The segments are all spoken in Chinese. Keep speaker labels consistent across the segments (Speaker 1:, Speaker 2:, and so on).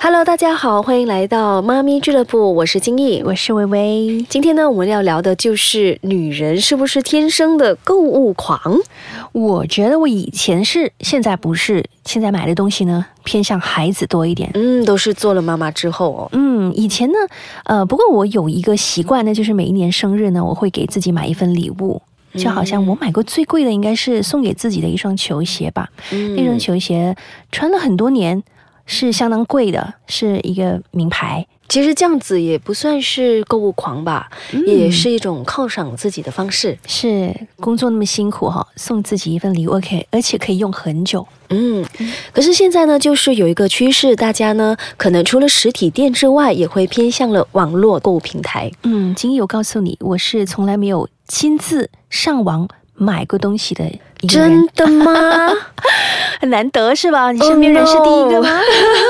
Speaker 1: Hello，大家好，欢迎来到妈咪俱乐部，我是金毅。
Speaker 2: 我是微微，
Speaker 1: 今天呢，我们要聊的就是女人是不是天生的购物狂？
Speaker 2: 我觉得我以前是，现在不是，现在买的东西呢偏向孩子多一点。
Speaker 1: 嗯，都是做了妈妈之后哦。
Speaker 2: 嗯，以前呢，呃，不过我有一个习惯呢，就是每一年生日呢，我会给自己买一份礼物。就好像我买过最贵的应该是送给自己的一双球鞋吧，
Speaker 1: 嗯
Speaker 2: 那双球鞋穿了很多年，是相当贵的，是一个名牌。
Speaker 1: 其实这样子也不算是购物狂吧，
Speaker 2: 嗯
Speaker 1: 也是一种犒赏自己的方式。
Speaker 2: 是工作那么辛苦哈、送自己一份礼物，OK，而且可以用很久。
Speaker 1: 嗯，可是现在呢，就是有一个趋势，大家呢可能除了实体店之外，也会偏向了网络购物平台。
Speaker 2: 嗯，金友告诉你，我是从来没有亲自上网买过东西的一个人，
Speaker 1: 真的吗？
Speaker 2: 很难得是
Speaker 1: Oh,
Speaker 2: 吧？你身边人是第一个吗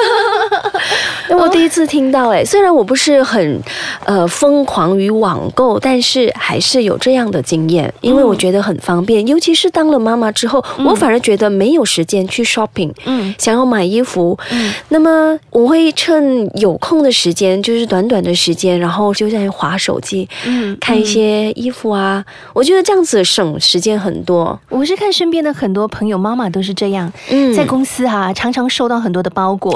Speaker 1: 那我第一次听到哎、虽然我不是很，呃，疯狂于网购，但是还是有这样的经验，因为我觉得很方
Speaker 2: 嗯
Speaker 1: 便，尤其是当了妈妈之后，我反而觉得没有时间去 shopping，
Speaker 2: 嗯
Speaker 1: 想要买衣服，
Speaker 2: 嗯
Speaker 1: 那么我会趁有空的时间，就是短短的时间，然后就在划手机，
Speaker 2: 嗯
Speaker 1: 看一些衣服啊，我觉得这样子省时间很多，
Speaker 2: 我是看身边的很多朋友妈妈都是这样，
Speaker 1: 嗯
Speaker 2: 在公司哈、常常收到很多的包 裹，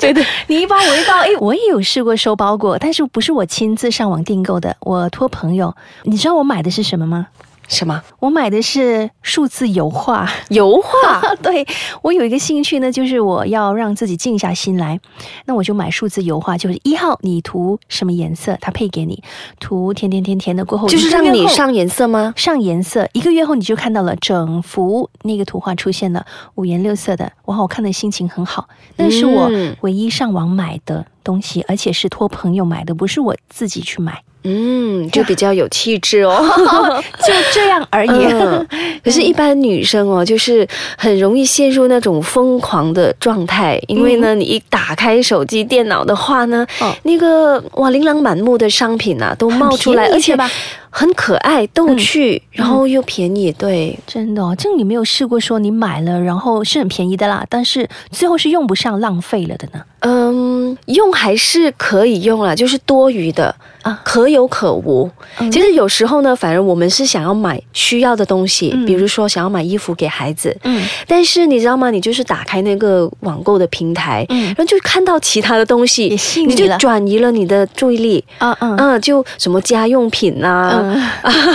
Speaker 2: 对对，你一包我一包，哎，我也有试过收包裹，但是不是我亲自上网订购的，我托朋友。你知道我买的是什么吗？
Speaker 1: 什么
Speaker 2: 我买的是数字油 画。
Speaker 1: 油 画，
Speaker 2: 啊，对我有一个兴趣呢，就是我要让自己静下心来，那我就买数字油画，就是一号你涂什么颜色，它配给你，涂填填填填的过后，
Speaker 1: 就是
Speaker 2: 一个
Speaker 1: 让
Speaker 2: 月
Speaker 1: 你
Speaker 2: 后
Speaker 1: 上颜色吗？
Speaker 2: 上颜色，一个月后你就看到了整幅那个图画出现了五颜六色的，哇，我看的心情很好。 那是我
Speaker 1: 嗯
Speaker 2: 唯一上网买的东西，而且是托朋友买的，不是我自己去买，
Speaker 1: 嗯，就比较有气质 哦。
Speaker 2: 就这样而已。
Speaker 1: 嗯，可是，一般女生哦，就是很容易陷入那种疯狂的状态，因为呢，你一打开手机、电脑的话呢，
Speaker 2: 嗯哦
Speaker 1: 那个哇，琳琅满目的商品啊，都冒出来，
Speaker 2: 便宜
Speaker 1: 而且
Speaker 2: 对吧，嗯
Speaker 1: 很可爱、逗趣，然后又便宜，对，
Speaker 2: 真的、哦，这你没有试过说你买了，然后是很便宜的啦，但是最后是用不上，浪费了的呢？
Speaker 1: 嗯，用还是可以用啦，就是多余的
Speaker 2: 啊
Speaker 1: 可有可无。
Speaker 2: 嗯
Speaker 1: 其实有时候呢，反而我们是想要买需要的东西，
Speaker 2: 嗯
Speaker 1: 比如说想要买衣服给孩子，
Speaker 2: 嗯
Speaker 1: 但是你知道吗？你就是打开那个网购的平台，
Speaker 2: 嗯
Speaker 1: 然，后就看到其他的东
Speaker 2: 也
Speaker 1: 西，
Speaker 2: 吸引
Speaker 1: 你就
Speaker 2: 了
Speaker 1: 转移了你的注意力。
Speaker 2: 啊嗯嗯
Speaker 1: 嗯，就什么家用品啊，
Speaker 2: 嗯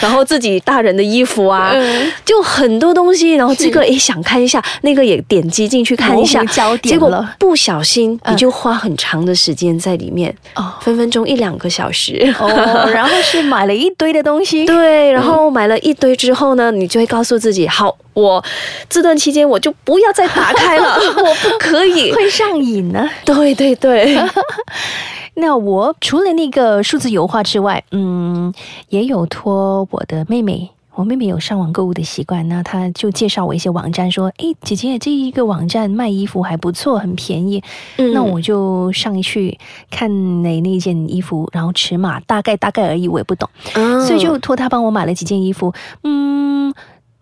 Speaker 1: 然后自己大人的衣服啊，
Speaker 2: 嗯
Speaker 1: 就很多东西。然后这个也想看一下，那个也点击进去看一下
Speaker 2: 模糊，焦点
Speaker 1: 结果
Speaker 2: 了
Speaker 1: 不小心
Speaker 2: 嗯
Speaker 1: 你就花很长的时间在里面，
Speaker 2: 哦
Speaker 1: 分分钟一两个小 时。
Speaker 2: 哦，然后是买了一堆的东西，
Speaker 1: 对，然后买了一堆之后呢，你就会告诉自己，好，我这段期间我就不要再打开 了，我不可以。
Speaker 2: 会上瘾呢。
Speaker 1: 对对对，
Speaker 2: 那我除了那个数字油画之外，嗯，也有托我的妹妹。我妹妹有上网购物的习惯，那她就介绍我一些网站，说：“诶，姐姐，这一个网站卖衣服还不错，很便宜。
Speaker 1: 嗯
Speaker 2: 那我就上去看哪那件衣服，然后尺码大概大概而已，我也不懂，
Speaker 1: 嗯
Speaker 2: 所以就托她帮我买了几件衣服。嗯，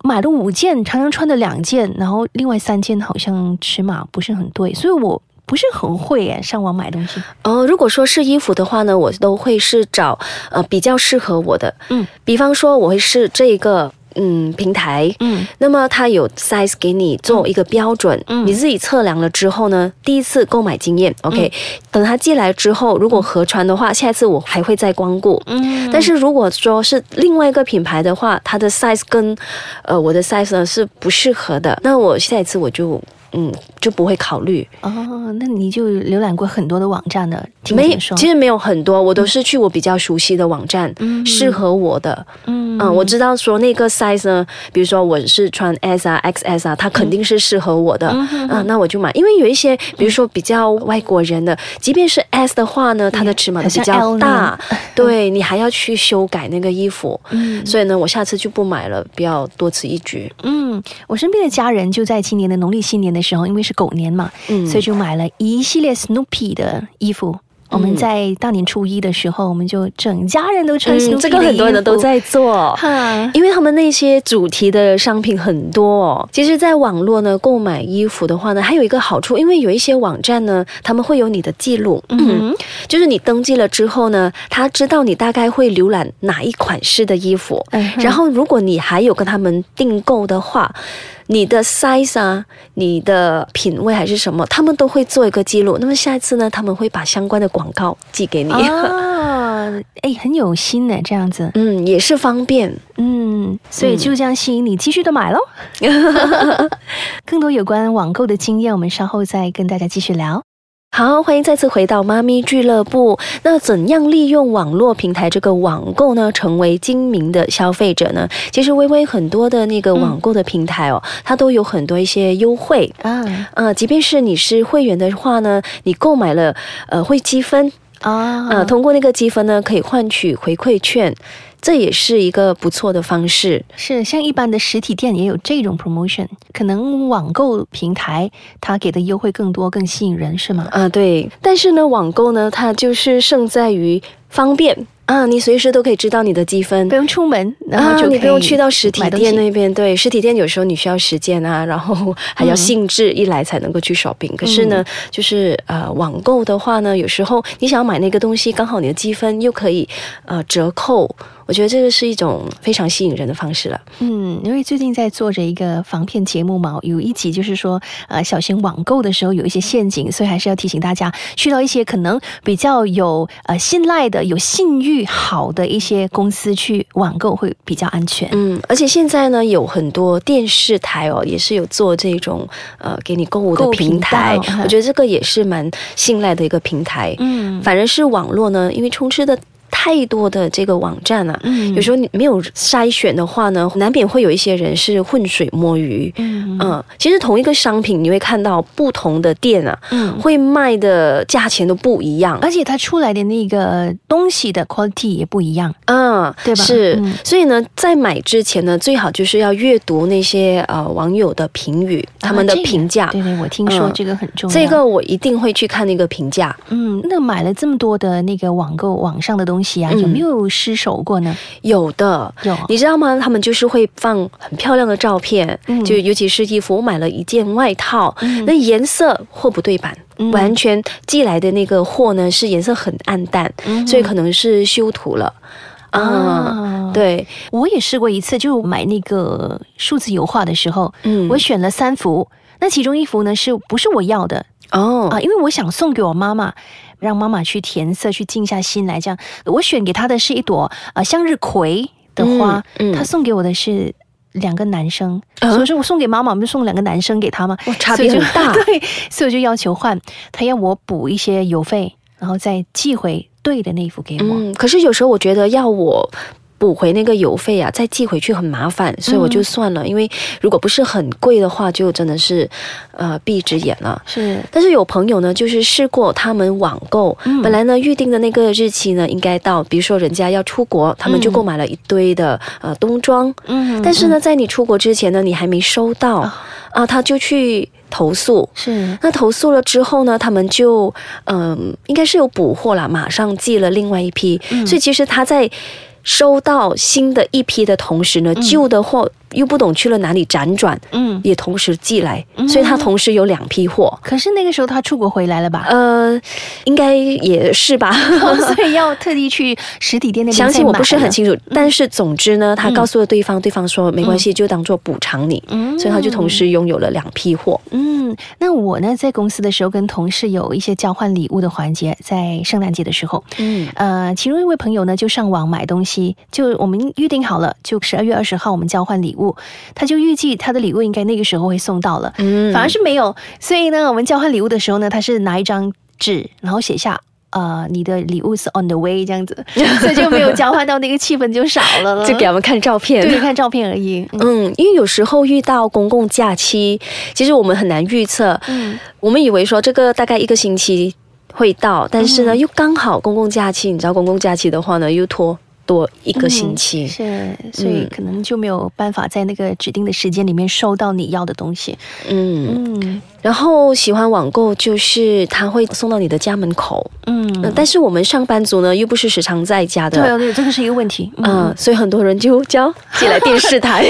Speaker 2: 买了五件，常常穿的两件，然后另外三件好像尺码不是很对，所以我不是很会耶，上网买东西。
Speaker 1: 哦，如果说是衣服的话呢，我都会是找呃比较适合我的，
Speaker 2: 嗯，
Speaker 1: 比方说我会是这一个嗯平台。
Speaker 2: 嗯。
Speaker 1: 那么它有 size 给你做一个标准，
Speaker 2: 嗯
Speaker 1: 你自己测量了之后呢，第一次购买经验，OK，、等它寄来之后，如果合穿的话，下一次我还会再光顾，
Speaker 2: 嗯
Speaker 1: 但是如果说是另外一个品牌的话，它的 size 跟呃我的 size 呢是不适合的，那我下一次我就嗯就不会考虑。
Speaker 2: 哦，那你就浏览过很多的网站的，听你
Speaker 1: 没，
Speaker 2: 说，
Speaker 1: 其实没有很多，我都是去我比较熟悉的网站，
Speaker 2: 嗯
Speaker 1: 适合我的。
Speaker 2: 嗯
Speaker 1: 嗯，我知道说那个 size 呢，比如说我是穿 S 啊、XS 啊，它肯定是适合我的。嗯那我就买，因为有一些，比如说比较外国人的，即便是 S 的话呢，它的尺码都比
Speaker 2: 哎好像
Speaker 1: 较
Speaker 2: L
Speaker 1: 大，对你还要去修改那个衣服。
Speaker 2: 嗯
Speaker 1: 所以呢，我下次就不买了，不要多此一举。
Speaker 2: 嗯，我身边的家人就在今年的农历新年的时候，因为是狗年嘛，
Speaker 1: 嗯
Speaker 2: 所以就买了一系列 Snoopy 的衣服。我们在大年初一的时候，我们就整家人都穿 Snoopy 的衣
Speaker 1: 嗯，
Speaker 2: 服、
Speaker 1: 这个很多人都在做。
Speaker 2: 哈。
Speaker 1: 因为他们那些主题的商品很多、哦，其实，在网络呢购买衣服的话呢，还有一个好处，因为有一些网站呢，他们会有你的记录，
Speaker 2: 嗯，
Speaker 1: 就是你登记了之后呢，他知道你大概会浏览哪一款式的衣服，
Speaker 2: 嗯哼
Speaker 1: 然后如果你还有跟他们订购的话，你的 size 啊，你的品味还是什么，他们都会做一个记录。那么下一次呢，他们会把相关的广告寄给你，
Speaker 2: 啊，哎，很有心呢，这样子，
Speaker 1: 嗯，也是方便。
Speaker 2: 嗯，所以就这样吸引你继续的买 喽。更多有关网购的经验，我们稍后再跟大家继续聊。
Speaker 1: 好，欢迎再次回到妈咪俱乐部。那怎样利用网络平台这个网购呢，成为精明的消费者呢？其实微微很多的那个网购的平台哦，它都有很多一些优惠。
Speaker 2: 啊
Speaker 1: 呃，即便是你是会员的话呢，你购买了，呃，会积分，
Speaker 2: 啊
Speaker 1: 呃，通过那个积分呢，可以换取回馈券，这也是一个不错的方式。
Speaker 2: 是像一般的实体店也有这种 promotion，可能网购平台它给的优惠更多，更吸引人，是吗？
Speaker 1: 啊，对。但是呢，网购呢，它就是胜在于方便啊，你随时都可以知道你的积分
Speaker 2: 不。用出门，然后
Speaker 1: 啊，
Speaker 2: 就、
Speaker 1: 你不用去到实体店
Speaker 2: 呢。
Speaker 1: 那边，对，实体店有时候你需要时间啊，然后还
Speaker 2: 嗯
Speaker 1: 要兴致一来才能够去 shopping。可是呢，就是呃，网购的话呢，有时候你想要买那个东西，刚好你的积分又可以呃折扣，我觉得这个是一种非常吸引人的方式了。
Speaker 2: 嗯，因为最近在做着一个防骗节目嘛，有一集就是说，呃，小心网购的时候有一些陷阱，所以还是要提醒大家，去到一些可能比较有呃信赖的、有信誉好的一些公司去网购会比较安全。
Speaker 1: 嗯，而且现在呢，有很多电视台哦，也是有做这种呃给你购物的
Speaker 2: 购物
Speaker 1: 平
Speaker 2: 频
Speaker 1: 台，
Speaker 2: 道嗯
Speaker 1: 我觉得这个也是蛮信赖的一个平台。
Speaker 2: 嗯
Speaker 1: 反正是网络呢，因为充斥的太多的这个网站啊，
Speaker 2: 嗯
Speaker 1: 有时候你没有筛选的话呢，难免会有一些人是浑水摸鱼。
Speaker 2: 嗯
Speaker 1: 嗯，其实同一个商品，你会看到不同的店啊，
Speaker 2: 嗯，哎
Speaker 1: 会卖的价钱都不一样。
Speaker 2: 而且它出来的那个东西的 quality 也不一样。
Speaker 1: 嗯，
Speaker 2: 对吧
Speaker 1: 是，
Speaker 2: 嗯
Speaker 1: 所以呢，在买之前呢，最好就是要阅读那些呃网友的评语，他们的
Speaker 2: 啊这个
Speaker 1: 评价。
Speaker 2: 对对，我听说
Speaker 1: 嗯
Speaker 2: 这个很重要。
Speaker 1: 这个我一定会去看那个评价，
Speaker 2: 嗯，那买了这么多的那个网购网上的东西啊，
Speaker 1: 嗯
Speaker 2: 有没有失手过呢？
Speaker 1: 有的，
Speaker 2: 有，
Speaker 1: 你知道吗？他们就是会放很漂亮的照片，
Speaker 2: 嗯
Speaker 1: 就尤其是衣服。我买了一件外套，
Speaker 2: 嗯
Speaker 1: 那颜色货不对版，
Speaker 2: 嗯
Speaker 1: 完全寄来的那个货呢是颜色很暗淡，
Speaker 2: 嗯
Speaker 1: 所以可能是修图了。啊、
Speaker 2: 啊
Speaker 1: 对，
Speaker 2: 我也试过一次，就是买那个数字油画的时候，
Speaker 1: 嗯
Speaker 2: 我选了三幅，那其中一幅呢是不是我要的
Speaker 1: 哦，
Speaker 2: 啊？因为我想送给我妈妈，让妈妈去填色，去静下心来。这样，我选给她的是一朵呃向日葵的花，
Speaker 1: 嗯嗯
Speaker 2: 她送给我的是。两个男生，
Speaker 1: 啊
Speaker 2: 所以说我送给妈妈，我们就送两个男生给她嘛，
Speaker 1: 哇差别
Speaker 2: 所
Speaker 1: 很
Speaker 2: 以就
Speaker 1: 大
Speaker 2: 对，所以我就要求换，她要我补一些邮费，然后再寄回对的那一幅给我。
Speaker 1: 嗯，可是有时候我觉得要我。补回那个邮费啊，再寄回去很麻烦，所以我
Speaker 2: 嗯
Speaker 1: 就算了。因为如果不是很贵的话，就真的是，呃，闭着眼了。
Speaker 2: 是，
Speaker 1: 但是有朋友呢，就是试过他们网购，
Speaker 2: 嗯
Speaker 1: 本来呢预定的那个日期呢，应该到，比如说人家要出国，他们就购买了一堆的、呃冬装，
Speaker 2: 嗯
Speaker 1: 但是呢，在你出国之前呢，你还没收到
Speaker 2: 啊
Speaker 1: 啊、他就去投诉。
Speaker 2: 是，
Speaker 1: 那投诉了之后呢，他们就嗯、应该是有补货啦，马上寄了另外一批，
Speaker 2: 嗯
Speaker 1: 所以其实他在。收到新的一批的同时呢，旧的货又不懂去了哪里辗转，
Speaker 2: 嗯，
Speaker 1: 也同时寄来，所以他同时有两批货。
Speaker 2: 可是那个时候他出国回来 了吧？
Speaker 1: 呃，应该也是吧。
Speaker 2: 所以要特地去实体店那边
Speaker 1: 详
Speaker 2: 再
Speaker 1: 情我不是
Speaker 2: 买
Speaker 1: 很
Speaker 2: 了。嗯
Speaker 1: 清楚，但是总之呢，他告诉了对方，对方说没关系，就当做补偿你，
Speaker 2: 嗯
Speaker 1: 所以他就同时拥有了两批货。
Speaker 2: 嗯，那我呢，在公司的时候跟同事有一些交换礼物的环节，在圣诞节的时候，
Speaker 1: 嗯
Speaker 2: 呃，其中一位朋友呢就上网买东西，就我们预定好了，就十二月二十号我们交换礼物，他就预计他的礼物应该那个时候会送到了，
Speaker 1: 嗯
Speaker 2: 反而是没有，所以呢，我们交换礼物的时候呢，他是拿一张纸，然后写下。呃，你的礼物是 on the way 这样子，所以就没有交换到那个气氛就少了 了，
Speaker 1: 就给我们看照片。
Speaker 2: 呃对，看照片而已。嗯
Speaker 1: 嗯，因为有时候遇到公共假期，其实我们很难预测。
Speaker 2: 嗯
Speaker 1: 我们以为说这个大概一个星期会到，但是
Speaker 2: 嗯
Speaker 1: 呢，又刚好公共假期，你知道公共假期的话呢，又拖多一
Speaker 2: 嗯
Speaker 1: 个星期。
Speaker 2: 是，所以
Speaker 1: 嗯
Speaker 2: 可能就没有办法在那个指定的时间里面收到你要的东西。
Speaker 1: 嗯
Speaker 2: 嗯，
Speaker 1: 然后喜欢网购就是它会送到你的家门口，
Speaker 2: 嗯
Speaker 1: 嗯，但是我们上班族呢又不是时常在家的，
Speaker 2: 对啊对，这个是一个问 题。
Speaker 1: 嗯，所以很多人就叫寄来电视 台。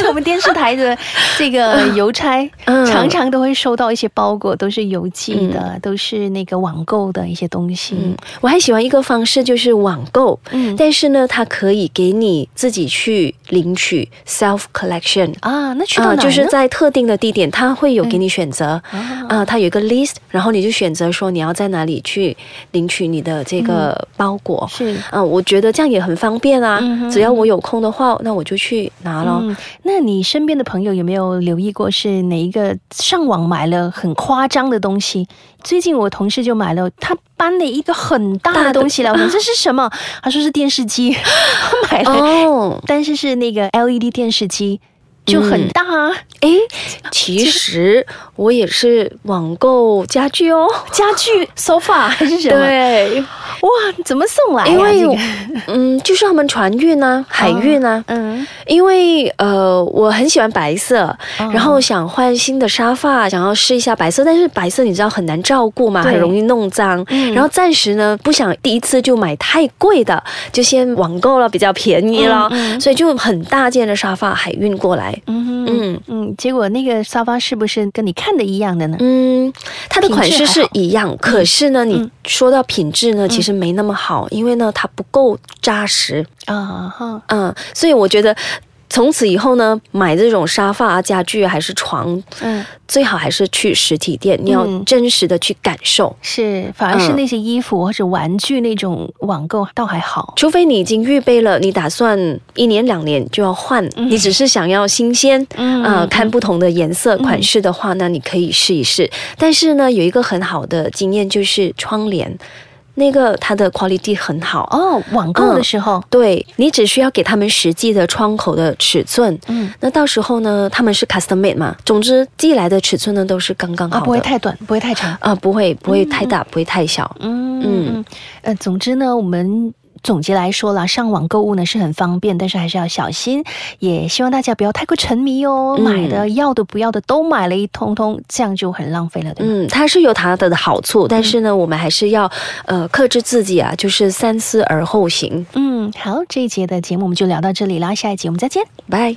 Speaker 2: 是我们电视台的这个邮 差，
Speaker 1: 嗯
Speaker 2: 常常都会收到一些包裹，都是邮寄的，都是那个网购的一些东西。
Speaker 1: 嗯，我还喜欢一个方式，就是网购，
Speaker 2: 嗯
Speaker 1: 但是呢，它可以给你自己去领取 self collection。
Speaker 2: 啊，那去到
Speaker 1: 啊、
Speaker 2: 哪儿呢、哎
Speaker 1: 就是在特定的地点，它会有给你选择，啊、它有一个 list，然后你就选择说你要在哪里去领取你的这个包裹。
Speaker 2: 是。
Speaker 1: 嗯、我觉得这样也很方便啊，
Speaker 2: 嗯哼
Speaker 1: 只要我有空的话，那我就去拿咯。
Speaker 2: 嗯，那你身边的朋友有没有留意过是哪一个上网买了很夸张的东西？最近我同事就买了，他搬了一个很大
Speaker 1: 大的
Speaker 2: 的东西来，我 说这是什么？他说是电视 机，他买了，
Speaker 1: 哦，
Speaker 2: 但是是那个 LED 电视机，就很
Speaker 1: 嗯
Speaker 2: 大啊。
Speaker 1: 哎，其实我也是网购家具哦。
Speaker 2: 家具、sofa 还是什么？
Speaker 1: 对，
Speaker 2: 哇，怎么送来呀、啊
Speaker 1: 因为
Speaker 2: 这个
Speaker 1: 嗯，就是他们船运啊、海运啊，
Speaker 2: 嗯，
Speaker 1: 因为呃，我很喜欢白色，
Speaker 2: 哦
Speaker 1: 然后想换新的沙发，想要试一下白色，但是白色你知道很难照顾嘛，
Speaker 2: 对
Speaker 1: 很容易弄脏。
Speaker 2: 嗯
Speaker 1: 然后暂时呢不想第一次就买太贵的，就先网购了，比较便宜了，
Speaker 2: 嗯嗯
Speaker 1: 所以就很大件的沙发海运过来。
Speaker 2: 嗯哼
Speaker 1: 嗯
Speaker 2: 嗯，结果那个沙发是不是跟你看的一样的呢？
Speaker 1: 嗯，它的
Speaker 2: 品质
Speaker 1: 款式
Speaker 2: 还
Speaker 1: 是
Speaker 2: 好
Speaker 1: 一样，可是呢，你
Speaker 2: 嗯
Speaker 1: 说到品质呢，其实没那么好，因为呢它不够扎实。
Speaker 2: 啊哈，
Speaker 1: 嗯，所以我觉得从此以后呢，买这种沙发啊、家具啊还是床，
Speaker 2: 嗯，
Speaker 1: 最好还是去实体店，你要
Speaker 2: 嗯
Speaker 1: 真实的去感受。
Speaker 2: 是，反而
Speaker 1: 嗯
Speaker 2: 是那些衣服或者玩具那种网购倒还好。
Speaker 1: 除非你已经预备了，你打算一年两年就要换，你只是想要新鲜，
Speaker 2: 嗯
Speaker 1: 啊、看不同的颜色、款式的话，那你可以试一
Speaker 2: 嗯
Speaker 1: 试。但是呢，有一个很好的经验就是窗帘，那个它的 quality 很好
Speaker 2: 哦，网购的时候，
Speaker 1: 对你只需要给他们实际的窗口的尺寸，
Speaker 2: 嗯，
Speaker 1: 那到时候呢，他们是 custom made 嘛，总之寄来的尺寸呢都是刚刚好
Speaker 2: 啊，
Speaker 1: 的，
Speaker 2: 不会太短，不会太长。
Speaker 1: 啊、不会不会太大，不会太小，
Speaker 2: 嗯嗯，呃，总之呢，我们。总结来说啦，上网购物呢是很方便，但是还是要小心。也希望大家不要太过沉迷哦，
Speaker 1: 嗯
Speaker 2: 买的、要的、不要的都买了一通通，这样就很浪费了，对吧？
Speaker 1: 嗯，它是有它的好处，
Speaker 2: 嗯
Speaker 1: 但是呢，我们还是要呃克制自己啊，就是三思而后行，
Speaker 2: 嗯，好，这一节的节目我们就聊到这里啦，下一集我们再见。
Speaker 1: 拜。